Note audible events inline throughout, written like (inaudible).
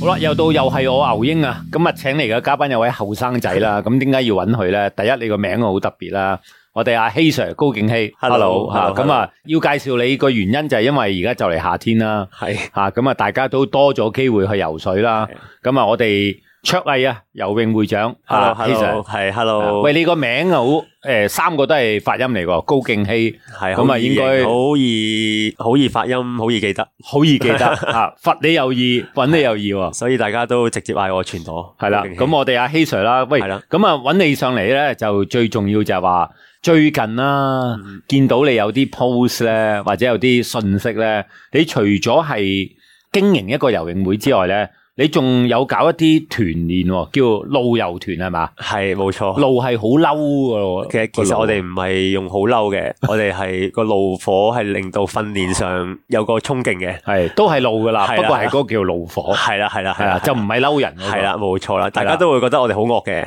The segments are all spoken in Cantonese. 好啦，又到又係我牛英啊！咁啊，請嚟嘅嘉賓有位後生仔 (laughs) 啦。咁點解要揾佢咧？第一，你個名好特別啦。我哋阿希 Sir 高景希 Hello，嚇 hello，咁啊，要介紹你個原因就係因為而家就嚟夏天啦，系嚇咁啊，大家都多咗機會去游水啦。咁啊，我哋卓毅啊，游泳會長啊希 hello， Sir，系 hello，喂，你個名啊好誒，三個都係發音嚟喎，高景希系咁啊應該好易好易發音，好易記得，好易記 (laughs) 得啊，罰你又易，揾你又易喎。所以大家都直接嗌我全朵。系啦，咁我哋阿希 Sir 啦，喂，係啦咁啊揾你上嚟咧，就最重要就係話最近啦，見到你有啲 post 咧，或者有啲信息咧，你除咗係經營一個游泳會之外咧，你仲有搞一啲團練喎，叫路游團係嘛？係冇錯。路係好嬲噶喎，其實其實個路我哋唔係用好嬲 (laughs) 嘅，我哋係個怒火係令到訓練上有個衝勁嘅。係都係路噶啦，係不啦過係嗰個叫路火，係啦係啦係啦，就唔係嬲人嗰個係啦，冇錯啦，大家都會覺得我哋好惡嘅，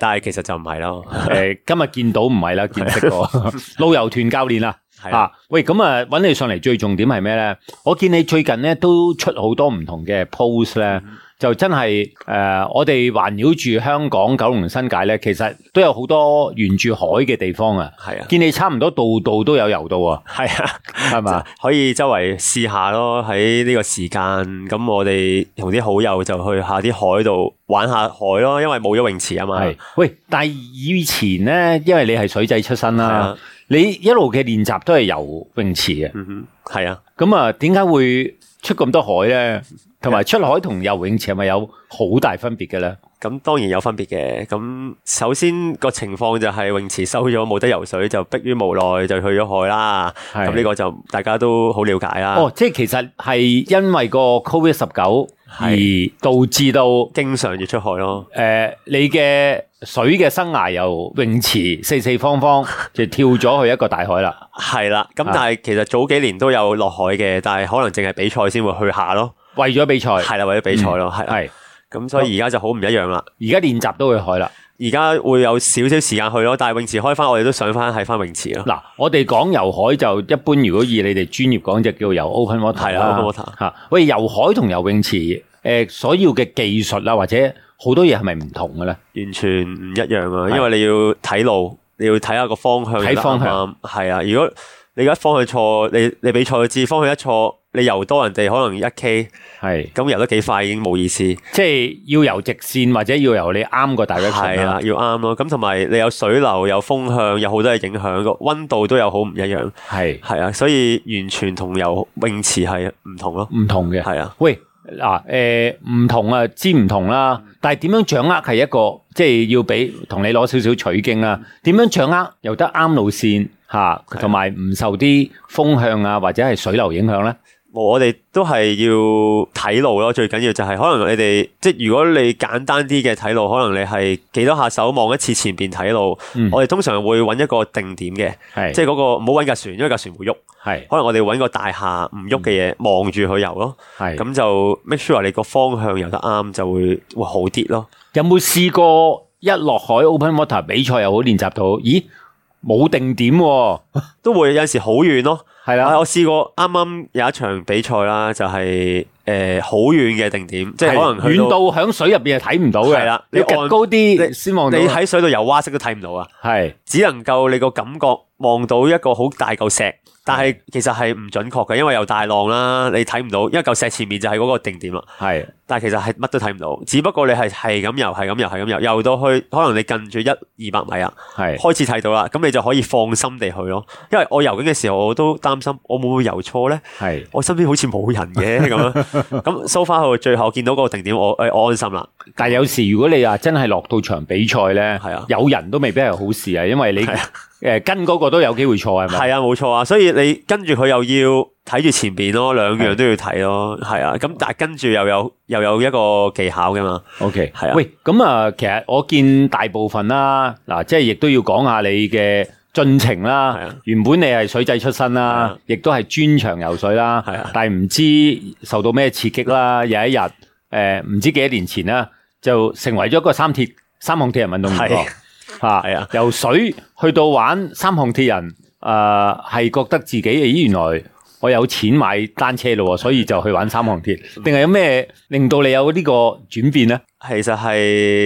但係其實就唔係咯。诶，今日見到唔係啦，見 (laughs) 識過路游團教練啦。係啦啊，喂，咁啊，揾你上嚟最重點係咩咧？我見你最近咧都出好多唔同嘅 post 咧，嗯就真係诶、呃我哋環繞住香港九龍新界咧，其實都有好多沿住海嘅地方啊。係啊。見你差唔多度度都有游到啊，系啊，係 (laughs) 嘛？可以周圍試下咯。喺呢個時間，咁我哋同啲好友就去下啲海度玩下海咯，因為冇咗泳池啊嘛。係，喂，但係以前咧，因為你係水仔出身係啦啊，你一路嘅練習都係游泳池嘅。嗯哼，係啊，咁啊，點解會出咁多海咧？同埋出海同游泳池係咪有好大分別嘅咧？咁當然有分別嘅。咁首先個情況就係泳池收咗，冇得游水，就迫於無奈就去咗海啦。係咁呢個就大家都好了解啦。哦，即係其實係因為個 Covid 十九而導致到經常要出海咯，诶、呃你嘅水嘅生涯由泳池四四方 (laughs) 方就跳咗去一個大海啦。係啦。咁啊但係其實早幾年都有落海嘅，但係可能淨係比賽先會去下咯。為咗比賽係啦，為咗比賽咯，係啦。嗯係咁所以而家就好唔一樣啦。而家練習都去海啦。而家會有少少時間去咯，但係泳池開翻，我哋都上翻喺翻泳池咯。嗱，我哋講游海就一般，如果以你哋專業講就叫游 open water 係啦啦，open water 嚇喂，游海同游泳池誒、所要嘅技術啊啦，或者好多嘢係咪唔同嘅咧？完全唔一樣啊，係因為你要睇路，你要睇下個方向睇方向啱唔啱係啊。如果你而家方向錯，你你比賽就知方向一錯，你游多人哋可能一 K，係咁游得幾快已經冇意思。即係要游直線，或者要游你啱個 direction 啊係啦啦，。要啱咯。咁同埋你有水流、有風向、有好多嘢影響，個温度都有好唔一樣。係係啊，所以完全同游泳池係唔同咯。唔同嘅。係啊，喂，嗱，誒唔同啊，知唔同啦。但係點樣掌握係一個，即係要俾同你攞少少取經啦。點樣掌握又得啱路線嚇，同埋唔受啲風向啊或者係水流影響咧？我哋都係要睇路咯，最緊要就係可能你哋即係如果你簡單啲嘅睇路，可能你係幾多下手望一次前邊睇路。嗯我哋通常會揾一個定點嘅，係即係嗰、個唔好揾架船，因為架船會喐。係可能我哋揾個大廈唔喐嘅嘢望住佢游咯，嗯係。咁就 make sure 你個方向游得啱，就會會好啲咯。有冇試過一落海 open water 比賽又好練習到？咦，冇定點喎、都會有陣時好遠咯。係啊！啦，我試過啱啱有一場比賽啦，就係誒好遠嘅定點，即係可能去遠到響水入邊係睇唔到嘅。係啦你你趌按高啲你先望到。啊你喺水度游蛙式都睇唔到啊！係只能夠你個感覺望到一個好大嚿石，但係其實係唔準確嘅，因為有大浪啦，你睇唔到，因為嚿石前面就係嗰個定點啦。係但係其實係乜都睇唔到，只不過你係係咁游，係咁游，係咁游，游到去可能你近住一二百米啊，係。開始睇到啦，咁你就可以放心地去咯。因為我游緊嘅時候，我都擔心我會唔會游錯咧？系我身邊好似冇人嘅咁樣，咁 so far 去到最後見到嗰個定點，我誒我安心啦。但係有時如果你話真係落到場比賽咧，係啊有人都未必係好事啊，因為你诶跟嗰個都有機會錯係咪？係啊，冇錯啊，所以你跟住佢又要睇住前邊咯，兩樣都要睇咯，係啊。咁但係跟住又有又有一個技巧噶嘛， O K，係啊喂，咁啊，其實我見大部分啦，嗱，即係亦都要講下你嘅進程啦。係啊原本你係水仔出身係啦啊，亦都係專長游水啦，係啊但係唔知受到咩刺激啦，有一日诶，誒唔、知幾多年前啦，就成為咗一個三鐵三項鐵人運動員係喎。吓，係啊由啊水去到玩三項鐵人，诶、係覺得自己咦原來我有錢買單車咯喎，所以就去玩三項鐵，嗯定係有咩令到你有呢個轉變咧？其實係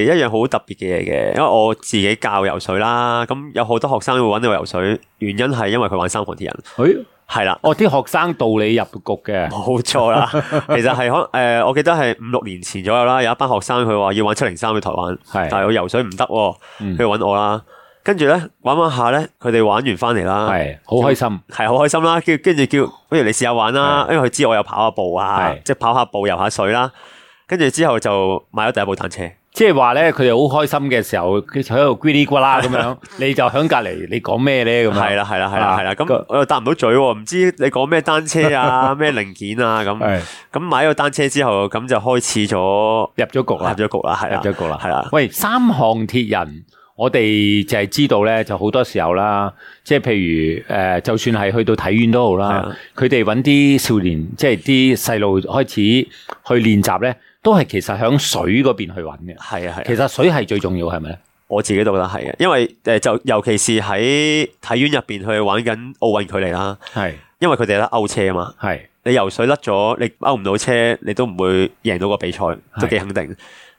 一樣好特別嘅嘢嘅，因為我自己教游水啦，咁有好多學生會揾到游水，原因係因為佢玩三項鐵人，誒、係啦。我哦啲學生道理入局嘅，冇錯 (laughs) 啦，其實係可诶、我記得係五六年前左右啦，有一班學生佢話要玩七零三去台灣，係但係我游水唔得喎，嗯佢揾我啦。跟住咧玩玩下咧，佢哋玩完翻嚟啦，係好開心，係好開心啦。跟跟住叫，不如你試下玩啦，因為佢知我有跑下步啊係，即係跑下步游下水啦。跟住之後就買咗第一部單車，即係話咧，佢哋好開心嘅時候，佢就喺度咕哩咕啦咁 (laughs) 樣，你就喺隔離，你講咩咧咁樣？係啦係啦係啊啦係啦。咁個我又答唔到嘴喎，唔知你講咩單 (laughs) 車啊，咩零件啊咁。係，咁買咗單車之後，咁就開始咗入入咗局啦。咗局啦，係啦，入咗局啦係啦。喂，三項鐵人，我哋就係知道咧，就好多時候啦，即係譬如誒、呃就算係去到體院都好係啦啊，佢哋揾啲少年，即係啲細路開始去練習咧，都係其實響水嗰邊去揾嘅。係啊，係啊。其實水係最重要，係咪咧？我自己都覺得係嘅，因為誒、呃就尤其是喺體院入邊去玩緊奧運距離啦，係因為佢哋咧勾車啊嘛，係你游水甩咗，你勾唔到車，你都唔會贏到個比賽，都幾肯定。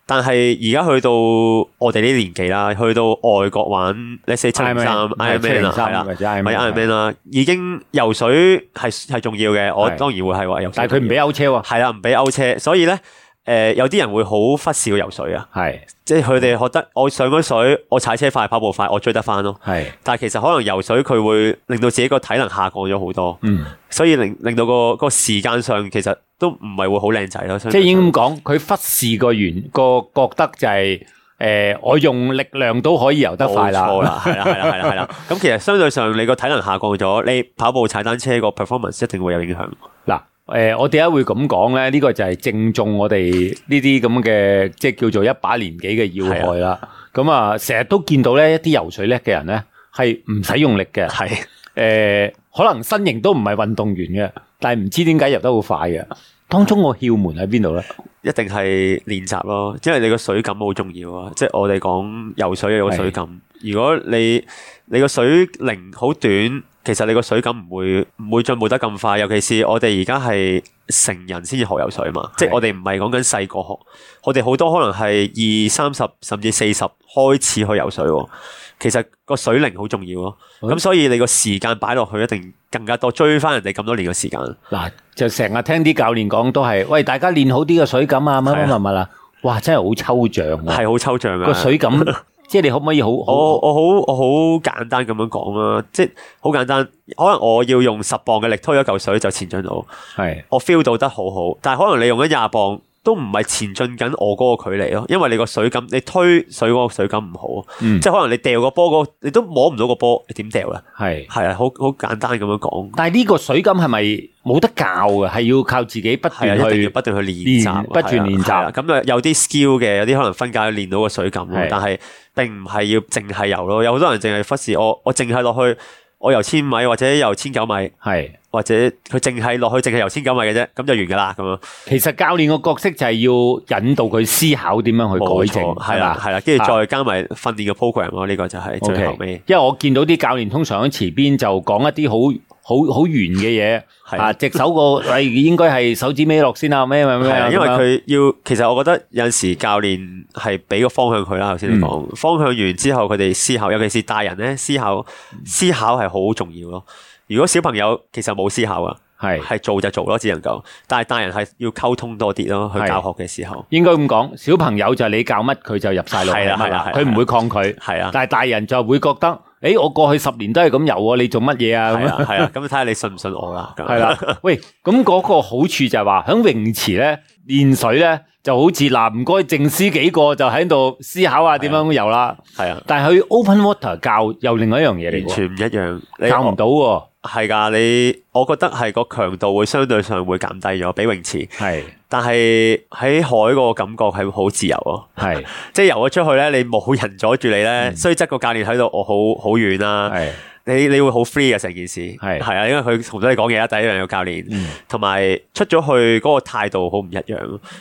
但係而家去到我哋呢年紀啦，去到外國玩 let's say 七零三 Iron Man 啦，係啦，或者咪 Iron Iron Man， Man 啦，已經游水係係重要嘅，我係當然會係話游水重但要，係佢唔俾勾車喎。係啦，唔俾勾車，所以咧誒、呃有啲人會好忽視個游水啊。係即係佢嗯哋覺得我上咗水，我踩車快、跑步快，我追得翻咯。係但係其實可能游水佢會令到自己個體能下降咗好多，嗯，所以令令到個個時間上其實都唔係會好靚仔咯。即即係已經咁講，佢忽視個原個覺得就係、诶，我用力量都可以游得快啦。冇錯啦，係啦，係啦，係啦，係 (laughs) 啦。咁其實相對上你個體能下降咗，你跑步、踩單車個 performance 一定會有影響。嗱，诶、我點解會咁講咧？呢、個就係正中我哋呢啲咁嘅，即係叫做一把年紀嘅要害啦。咁啊，成日都見到咧一啲游水叻嘅人咧，係唔使用力嘅。係诶、可能身形都唔係運動員嘅，但係唔知點解游得好快嘅。當中個竅門喺邊度咧？一定係練習咯，因為你個水感好重要啊！即係我哋講游水有個水感，如果你你個水齡好短，其實你個水感唔會唔會進步得咁快。尤其是我哋而家係成人先至學游水嘛，即係我哋唔係講緊細個學，我哋好多可能係二三十甚至四十開始去游水喎。其實個水齡好重要咯，好咁所以你個時間擺落去一定更加多，追翻人哋咁多年嘅時間。嗱，就成日聽啲教練講都係，喂，大家練好啲嘅水感啊，乜乜乜乜啦。哇，真係好抽象啊！係好抽象啊！個水 (laughs) 感，即係你可唔可以好我好我好我好簡單咁樣講啦，即係好簡單。可能我要用十磅嘅力推一嚿水就前進到，係我 feel 到得好好。但係可能你用咗廿磅都唔係前進緊我嗰個距離咯，因為你個水感，你推水嗰個水感唔好，嗯即係可能你掉個波嗰，你都摸唔到個波，你點掉咧？係？係啊，好好簡單咁樣講，但系呢個水感係咪冇得教嘅？係要靠自己不係啊，斷一定要去不斷去練習，練不斷練習係啊係啊咁啊，有啲 skill 嘅，有啲可能分解練到個水感咯係，但係並唔係要淨係游咯。有好多人淨係忽視我，我淨係落去，我游千米或者游千九米，係。或者佢淨係落去淨係游千九米嘅啫，咁就完㗎啦咁樣。其實教練個角色就係要引導佢思考點樣去改正，冇錯係係啦嘛？係啦，跟住啊再加埋訓練嘅 program 咯，呢個就係 O 最 K，後尾因為我見到啲教練通常喺池邊就講一啲好好好圓嘅嘢，係啊，隻手個例如應該係手指尾落先啊，咩咩咩係啊，啊，因為咁樣佢要，其實我覺得有陣時教練係俾個方向佢啦。頭嗯先你講、方向完之後，佢哋思考，尤其是大人咧思考，思考係好重要咯。如果小朋友其實冇思考啊，係係做就做咯，只能夠。但係大人係要溝通多啲咯，去係教學嘅時候，應該咁講，小朋友就你教乜佢就入晒腦，係啦乜係啦係啦佢唔會抗拒，係啊，但係大人就會覺得，誒，我過去十年都係咁游喎，你做乜嘢啊？咁 (laughs) 係樣啊，係啊。咁睇下你信唔信我啦。系係，啊啦，喂，咁嗰個好處就係話，喺泳池咧練水咧，就好似嗱，唔該靜思幾個就喺度思考下點樣游啦。係啊，但係去 open water 教又另外一樣嘢嚟完喎，全唔一樣。你教唔到喎。係㗎，你我覺得係個強度會相對上會減低咗，比泳池。係但係喺海個感覺係好自由咯。係即係游咗出去咧，你冇人阻住你咧，雖則個教練喺度，我好好遠啦。嗯係你你會好 free 啊嘅成件事，係係啊，因為佢同咗你講嘢啦，第一樣有教練嗯，同埋出咗去嗰個態度好唔一樣。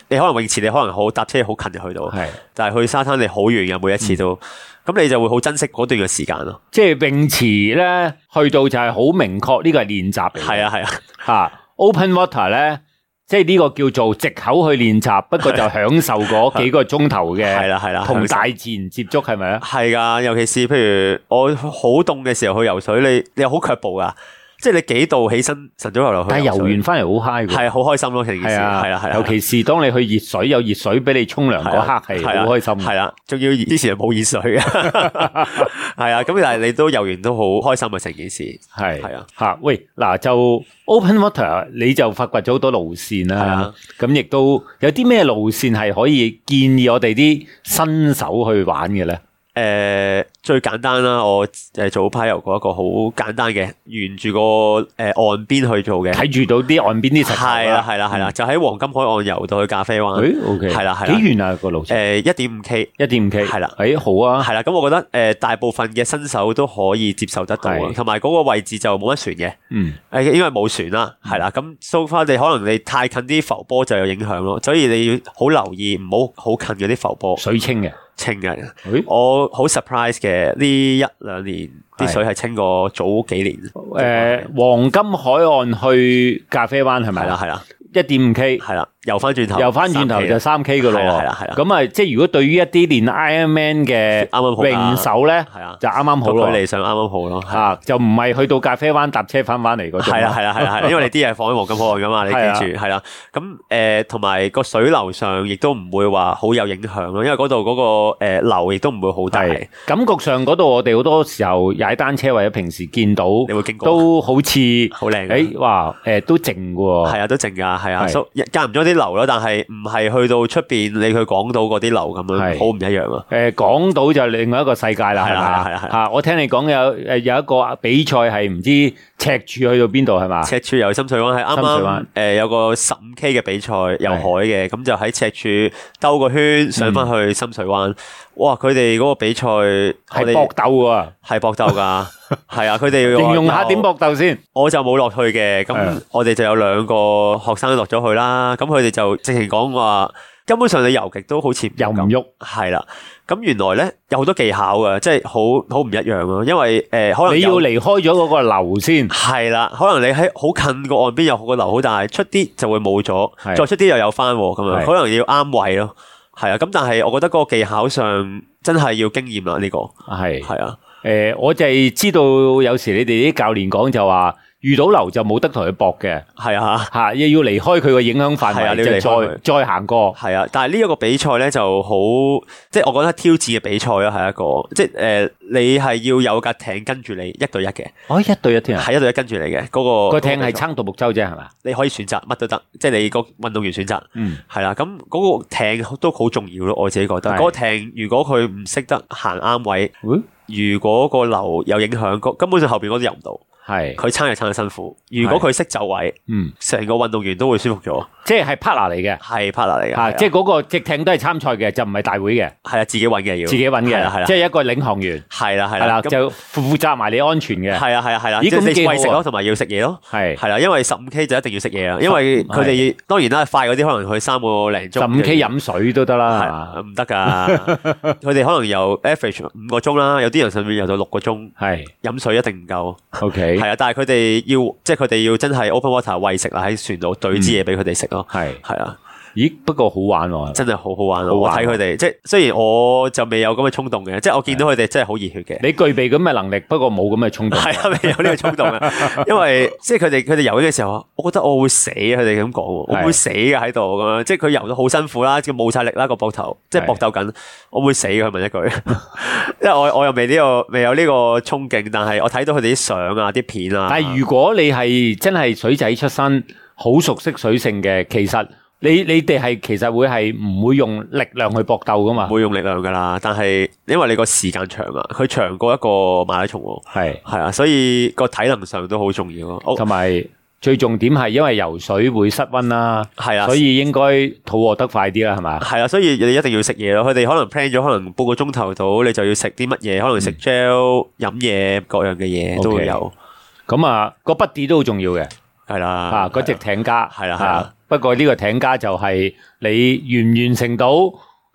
你可能泳池你可能好搭車好近就去到，係嗯但係去沙灘你好遠嘅每一次都咁你就會好珍惜嗰段嘅時間咯。即係泳池咧，去到就係好明確呢個係練習嚟嘅。係啊，係啊，吓 open water 咧，即係呢個叫做藉口去練習，不過就享受嗰幾個鐘頭係嘅啦，係啦，同享受大自然接觸，係咪啊？係噶，尤其是譬如我好凍嘅時候去游水，你你又好卻步噶，即係你幾度起身晨早流流去但係水，游完翻嚟好 high 嘅，係好開心咯，成件事係啊，係啦係啦，尤其是當你去熱水有熱水俾你沖涼啊嗰刻係好開心嘅系。啦，啊仲要之前係冇熱水嘅，啊 (laughs) 係啊，咁但係你都游完都好開心啊，成件事系係啊吓喂嗱就 open water 你就發掘咗好多路線係啦啊，咁亦都有啲咩路線係可以建議我哋啲新手去玩嘅咧？诶、最簡單啦，我诶早排游過一個好簡單嘅，沿住個诶、岸邊去做嘅，睇住到啲岸邊啲石頭啊嗯係啦係啦係啦，就喺黃金海岸游到去咖啡灣，誒 OK 係啦係幾啦，遠啊個路程？诶一点五 K。一點五 K 係啦誒好啊，係啦，咁我覺得诶、誒大部分嘅新手都可以接受得到啊係，同埋嗰個位置就冇乜船嘅，嗯诶、因為冇船啦，係啦，咁 so far 你可能你太近啲浮波就有影響咯，所以你要好留意，唔好好近嗰啲浮波水清嘅，清嘅。誒我好 surprise 嘅，呢一兩年係啲水係清過早幾年，誒黃金海岸去咖啡灣係咪哎係啦啦？係啦一點五 K 係啦，游翻轉頭，游翻轉頭就三三 K K 噶咯係啦喎，係啦係啦咁啊即係如果對於一啲練 Ironman 嘅啱啱好啦泳手咧係啊，就啱啱好個咯距。離上啱啱好咯，係吓、就唔係去到咖啡灣搭車翻返嚟嗰種。係啦，係啦，係啦，係啦因為你啲嘢放喺黃金海岸噶嘛，你啊 (laughs) 係啊記住係啦。咁誒，同埋個水流上亦都唔會話好有影響咯，因為嗰度嗰個誒流亦都唔會好大，係你感覺上嗰度我哋好多時候踩單車或者平時見到，會經過都好似好靚诶、嘅。哇诶、誒都靜嘅係喎。啊，都靜㗎，係啊，係所以間唔中啲流咯，但係唔係去到出邊你去港島嗰啲流咁係樣，好唔一樣啊！诶，港島就另外一個世界啦，係係啦嘛？係啦係啦嚇我聽你講有诶有一個比賽係唔知赤柱去到邊度係嘛？赤柱游深水灣係啱啊深水灣啱誒有個十五 K 嘅比賽遊海嘅，咁就喺赤柱兜個圈上翻嗯去深水灣。哇！佢哋嗰個比賽我係哋搏鬥喎，係搏 (laughs) 鬥㗎，係啊！佢哋形容下有點搏嗯鬥先。我就冇落去嘅，係咁我哋就有兩個學生落咗去啦，咁佢哋就直情講話，根本上你游極都好似又唔咁喐，係啦。咁原來咧有好多技巧嘅，即係好好唔一樣咯。因為誒、呃可能你要有離開咗嗰個樓先，係啦，可能你喺好近個岸邊有個流好大，出啲就會冇咗，係再出啲又有翻喎咁係樣，可能要啱位咯。係啊，咁但係我覺得嗰個技巧上真係要經驗啦，呢、個係係啊，诶、我就係知道有時你哋啲教練講就話遇到樓就冇得同佢搏嘅。係啊。吓，又要離開佢個影響範係啊圍，你要即離開係佢再再行過。系啊，但系呢一个比賽咧就好，即系我覺得挑戰嘅比賽咯，係一個即系诶、呃你係要有架艇跟住你一對一嘅，哦，一對一添啊！係一對一跟住你嘅嗰、個個艇係嗰個比賽撐獨木舟啫，係嘛？你可以選擇乜都得，即系你個運動員選擇嗯，係啦。咁嗰個艇都好重要咯，我自己覺得。係嗰個艇如果佢唔識得行啱位，喂如果個流有影響，個根本上後边嗰啲入唔到，係，佢撐又撐得辛苦。如果佢識就位，嗯，成個運動員都會舒服咗。即係 partner 嚟嘅，係 partner 嚟吓，噶，即係嗰個隻艇都係參賽嘅，就唔係大會嘅，系啊，自己揾嘅要自己揾係啦係嘅，啦即係一個領航員，係啦係係啦啦，，咁就負責埋你安全嘅，係啊係啊係啦，咦即係咁幾你好啊喂食咯，同埋要食嘢咯。係係啦，因為十五 K 就一定要食嘢啦，因為佢哋當然啦，快嗰啲可能去三個零十鐘。五 K 飲水都得係啦，啊唔得㗎，佢哋可能由 average 五個鐘啦，有啲人甚至游到六個鐘，係飲水一定唔夠。 OK，係啊，但係佢哋要即係佢哋要真係 open water 喂食啦，啊喺船度兑支嘢俾佢哋食咯。係，係啊，咦？不過好玩喎，真係好好玩啊！好我玩啊睇佢哋，即係雖然我就未有咁嘅衝動嘅，即係我見到佢哋真係好熱血嘅。你具備咁嘅能力，不過冇咁嘅衝動，係啊，未有呢 (laughs) 個衝動啊，因為即係佢哋佢哋游嘅時候，我覺得我會死啊！佢哋咁講係喎，我會死嘅喺度咁樣，即係佢游得好辛苦啦，即係冇晒力啦個膊頭，即係係搏鬥緊，我會死嘅啊佢問 (laughs) 一句，因為我我又未呢、個未有呢個衝勁，但係我睇到佢哋啲相啊、啲片啊，但係如果你係真係水仔出身，好熟悉水性嘅，其實你你哋係其實會係唔會用力量去搏鬥噶嘛唔？會用力量㗎啦，但係因為你個時間長啊，佢長過一個馬拉松喎，係，係啊，所以個體能上都好重要咯，我同埋最重點係因為游水會失温啦，係啊所。以應該肚餓得快啲啦，係嘛？系啊啦，所以你一定要食嘢咯。佢哋可能 plan 咗，可能半個鐘頭到，你就要食啲乜嘢？可能嗯食 gel、飲嘢，各樣嘅嘢都會有。咁啊，個筆碟都好重要嘅，係啦，啊，嗰只艇家係啦係啦啊不過呢個艇家就係你完唔完成到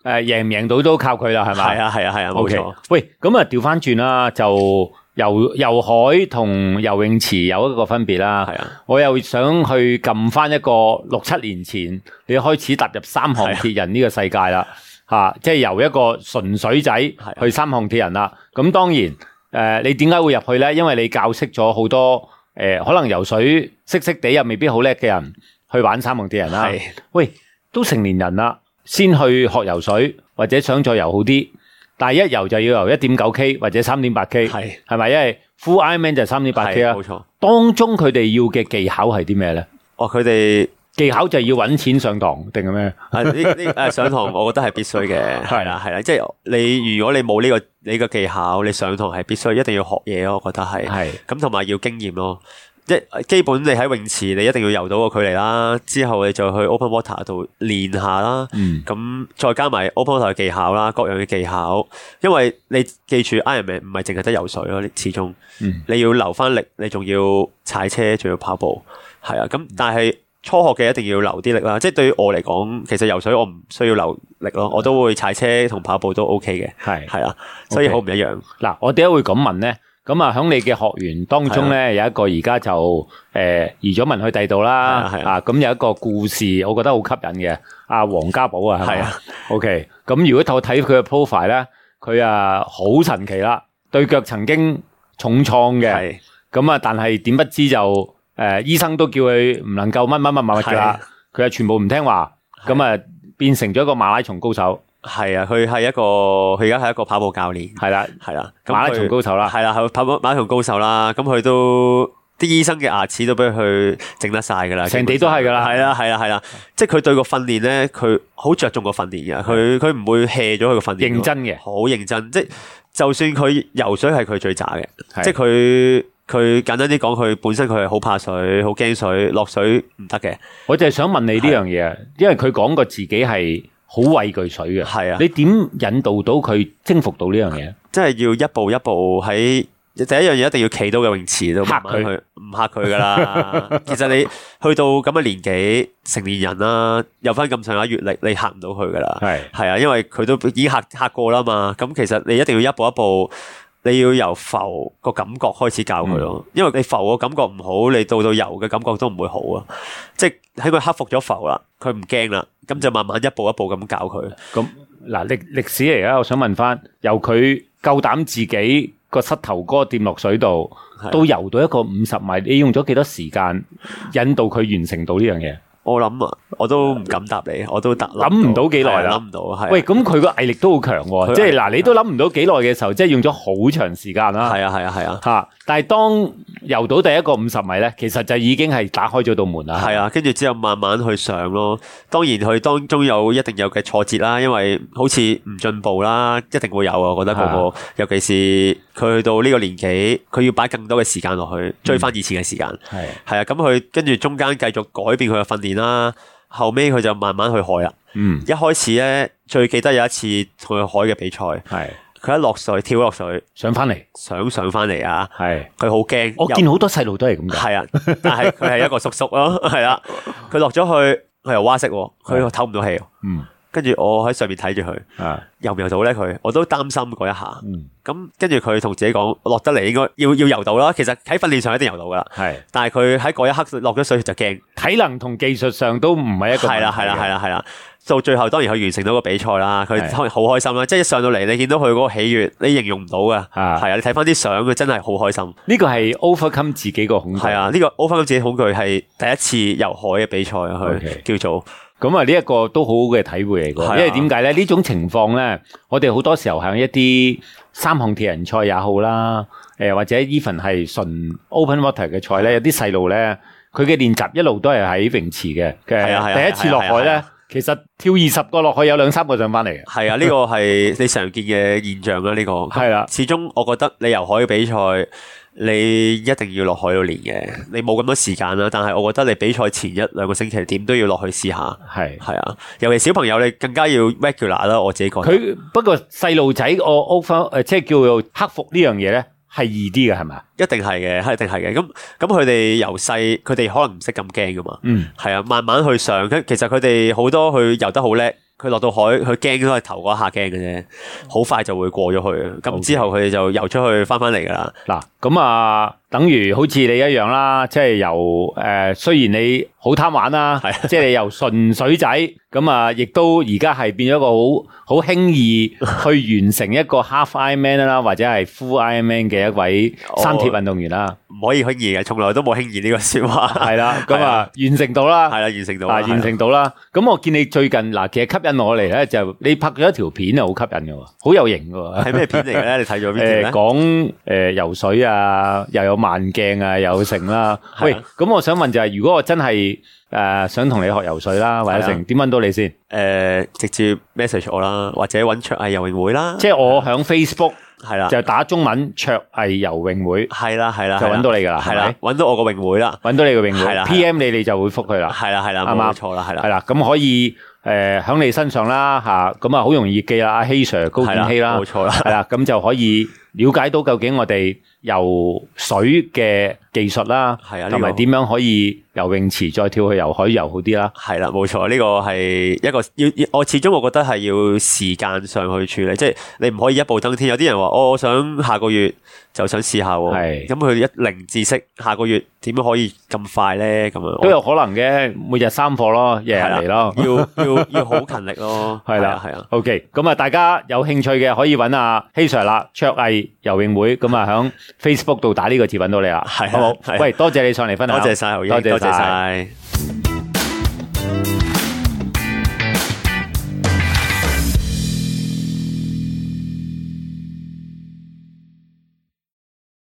诶赢唔贏到都靠佢啦，係咪？係啊係啊係啊， O 冇 K，錯。喂，咁啊，調翻轉啦，就游游海同游泳池有一個分別啦。係啊，我又想去撳翻一個六七年前你開始踏入三項鐵人呢個世界啦，吓、即係由一個純水仔啊去三項鐵人啦。咁當然，诶、你點解會入去呢？因為你教識咗好多诶、誒可能游水識識地又未必好叻嘅人去玩三項鐵人啦。係喂，都成年人啦，先去學游水或者想再游好啲，但係一游就要游一點九 K 或者三點八 K，係係咪？因為 full Ironman 就三點八 K 係啊冇。錯。當中佢哋要嘅技巧係啲咩咧？哦，佢哋技巧就係要揾錢上堂定係咩？啊呢 (laughs) 呢誒上堂，我覺得係必須嘅，係啦係啦，即係你如果你冇呢個你個技巧，你上堂係必須，一定要學嘢咯，我覺得係。係咁同埋要經驗咯。即係呃基本你喺泳池，你一定要游到個距離啦。之後你就去 open water 度練下啦。嗯咁再加埋 open water 嘅技巧啦，各樣嘅技巧。因為你記住 Ironman 唔係淨係得游水咯，你始終嗯你要留翻力，你仲要踩車，仲要跑步，係啊。嗯咁但係初學嘅一定要留啲力啦。即係對於我嚟講，其實游水我唔需要留力咯，我都會踩車同跑步都 OK 嘅，嗯係係啊。所以 OK 好唔一樣，嗱，我點解會咁問咧？咁啊，喺你嘅學員當中咧，有一個而家就誒移咗民去第二度啦，啊係啊係啊啊咁有一個故事，我覺得好吸引嘅。阿黃家寶啊，係係咪啊？OK，咁如果我睇佢嘅 profile 咧，佢啊好神奇啦，對腳曾經重創嘅，係咁啊，但係點不知就誒、呃、醫生都叫佢唔能夠乜乜乜乜乜㗎啦，佢啊全部唔聽話，咁啊變成咗一個馬拉松高手，係啊。佢係一個，佢而家係一個跑步教練。係啦，系啦，咁馬拉松高手啦系。啦，系跑馬拉松高手啦，咁佢都啲醫生嘅牙齒都俾佢整得晒噶啦，成地都係㗎啦系啦係啦係啦，即係佢對個訓練咧，佢好着重個訓練嘅，佢佢唔會 hea 咗佢個訓練，認真嘅好認真，即係就算佢游水係佢最渣係嘅，即係佢。佢簡單啲講，佢本身佢係好怕水、好驚水，落水唔得嘅。我就係想問你呢樣嘢，啊因為佢講過自己係好畏懼水嘅，係啊你點引導到佢征服到呢樣嘢？即係要一步一步喺第一樣嘢一定要企到嘅泳池度，嚇慢佢慢去唔嚇佢 (laughs) 噶啦。其實你去到咁嘅年紀，成年人啦，有翻咁上下閲歷，你嚇唔到佢噶啦。係係啊，因為佢都已經嚇嚇過啦嘛。咁其實你一定要一步一步。你要由浮個感覺開始教佢咯，嗯因為你浮個感覺唔好，你到到游嘅感覺都唔會好啊。即係喺佢克服咗浮啦，佢唔驚啦，咁就慢慢一步一步咁教佢。咁嗱，歷歷史嚟啊！我想問翻，由佢夠膽自己個膝頭哥掂落水度，係到游到一個五十米，你用咗幾多時間引導佢完成到呢樣嘢？我諗啊，我都唔敢答你，我都答諗唔到幾耐啦啊諗唔到系。喂，咁佢個毅力都好強喎，佢即係毅力嗱，你都諗唔到幾耐嘅時候，即係用咗好長時間啦。係啊係啊係啊，嚇、但係當游到第一個五十米咧，其實就已經係打開咗道門啦。係啊，跟住之後慢慢去上咯。當然佢當中有一定有嘅挫折啦，因為好似唔進步啦，一定會有啊。我覺得個個，尤其是佢去到呢個年紀，佢要擺更多嘅時間落去追翻以前嘅時間。係係啊，咁佢跟住中間繼續改變佢嘅訓練啦，後尾佢就慢慢去海啦。嗯，一開始咧，最記得有一次同佢海嘅比賽，係佢一落水跳落水，上翻嚟。想上翻嚟啊！系，佢好驚，我又見好多細路都係咁嘅。系啊，但系佢系一个叔叔咯， (laughs) 系啦，佢落咗去，佢又蛙式喎，佢又唞唔到氣喎，嗯跟住我喺上面睇住佢，啊，游唔游到咧？佢我都擔心嗰一下，嗯，咁跟住佢同自己講，落得嚟應該要要游到啦。其實喺訓練上一定游到噶啦，系但係佢喺嗰一刻落咗水就驚，體能同技術上都唔係一個問題嘅。係啦係啦係啦係啦，到最後當然佢完成到個比賽啦，佢係當然好開心啦，即係一上到嚟你見到佢嗰個喜悅，你形容唔到噶，啊係啊，你睇翻啲相佢真係好開心。呢個係 overcome 自己個恐懼。係，啊，呢個 over 自己恐懼係第一次游海嘅比賽啊， OK 佢叫做咁啊呢一個都好好嘅體會嚟嘅。係啊因為點解咧？呢種情況咧，我哋好多時候喺一啲三項鐵人賽也好啦，诶或者 even 係純 open water 嘅賽啊咧，有啲細路咧，佢嘅練習一路都係喺泳池嘅。係啊係嘅啊第一次落海係啊係咧啊，其實跳二十個落去有兩三個上翻嚟嘅。係啊，呢個係你常見嘅現象啊啦。呢個係啦始終我覺得你游海嘅比賽，你一定要落海度練嘅。你冇咁多時間啦，但係我覺得你比賽前一兩個星期點都要落去試下。係。係啊，尤其小朋友你更加要 regular 啦。我自己覺得佢不過細路仔我 over 誒，即係叫做克服呢樣嘢咧，係易啲嘅係咪啊？一定係嘅，係一定係嘅。咁咁佢哋由細，佢哋可能唔識咁驚噶嘛。嗯，係啊，慢慢去上，跟其實佢哋好多去游得好叻，佢落到海，佢驚都係頭嗰下驚嘅啫，好快就會過咗去嘅。咁嗯 OK 之後佢哋就游出去翻翻嚟噶啦。嗱，咁啊，等於好似你一樣啦，即係由诶、呃雖然你好貪玩啦，即係你由純水仔，咁啊，亦都而家係變咗一個好好輕易去完成一個 half Ironman 啦，或者係 full Ironman 嘅一位三鐵運動員啦，唔可以輕易嘅，從來都冇輕易呢個説話。係啦，咁啊，完成到 (laughs) 係啦。啦，完成到啦。啊，完成到啦！咁我見你最近嗱，其實吸引我嚟咧，就你拍咗一條片啊，好吸引嘅喎，好有型嘅喎。係咩片 (laughs) 嚟嘅咧？你睇咗邊條诶，咧？讲诶、呃游水啊，又有慢鏡啊，又有成啦。係啊喂，咁我想問就係，如果我真係诶、呃想同你學游水啦，或者係成點揾到你先？誒，直接 message 我啦，或者揾卓藝游泳會啦。即係我響 Facebook 係啦，就打中文卓藝游泳會，係啦，係啦，就揾到你㗎啦係係啦咪，揾到我個泳會啦。揾到你個泳會係啦係啦 p m 你你就會覆佢啦。係啦，係啦，啊啱啱冇錯啦，係係啦，啦，咁可以诶响、你身上啦吓，咁啊好容易記啦，阿希 Sir 高係建啦，希啦冇。錯啦。系啦，咁就可以了解到究竟我哋游水嘅技術啦，係啊呢個同埋點樣可以游泳池再跳去游海游好啲啦。系啦，冇錯，呢個係一個要要，我始終我覺得係要時間上去處理，即係你唔可以一步登天。有啲人話，哦，我想下個月就想試下係喎，咁佢一零知識，下個月點樣可以咁快咧？咁樣都有可能嘅，每日三課咯，日日係啦嚟咯。要要要好勤力咯， (laughs) 係啦係啊， OK，咁啊，大家有興趣嘅可以揾阿希 Sir 啦，卓藝游泳會，咁啊響 Facebook 度打呢個字揾到你啦，係啊好冇係啊？喂，多謝你上嚟分多享，謝晒，牛英多謝多謝晒。晒。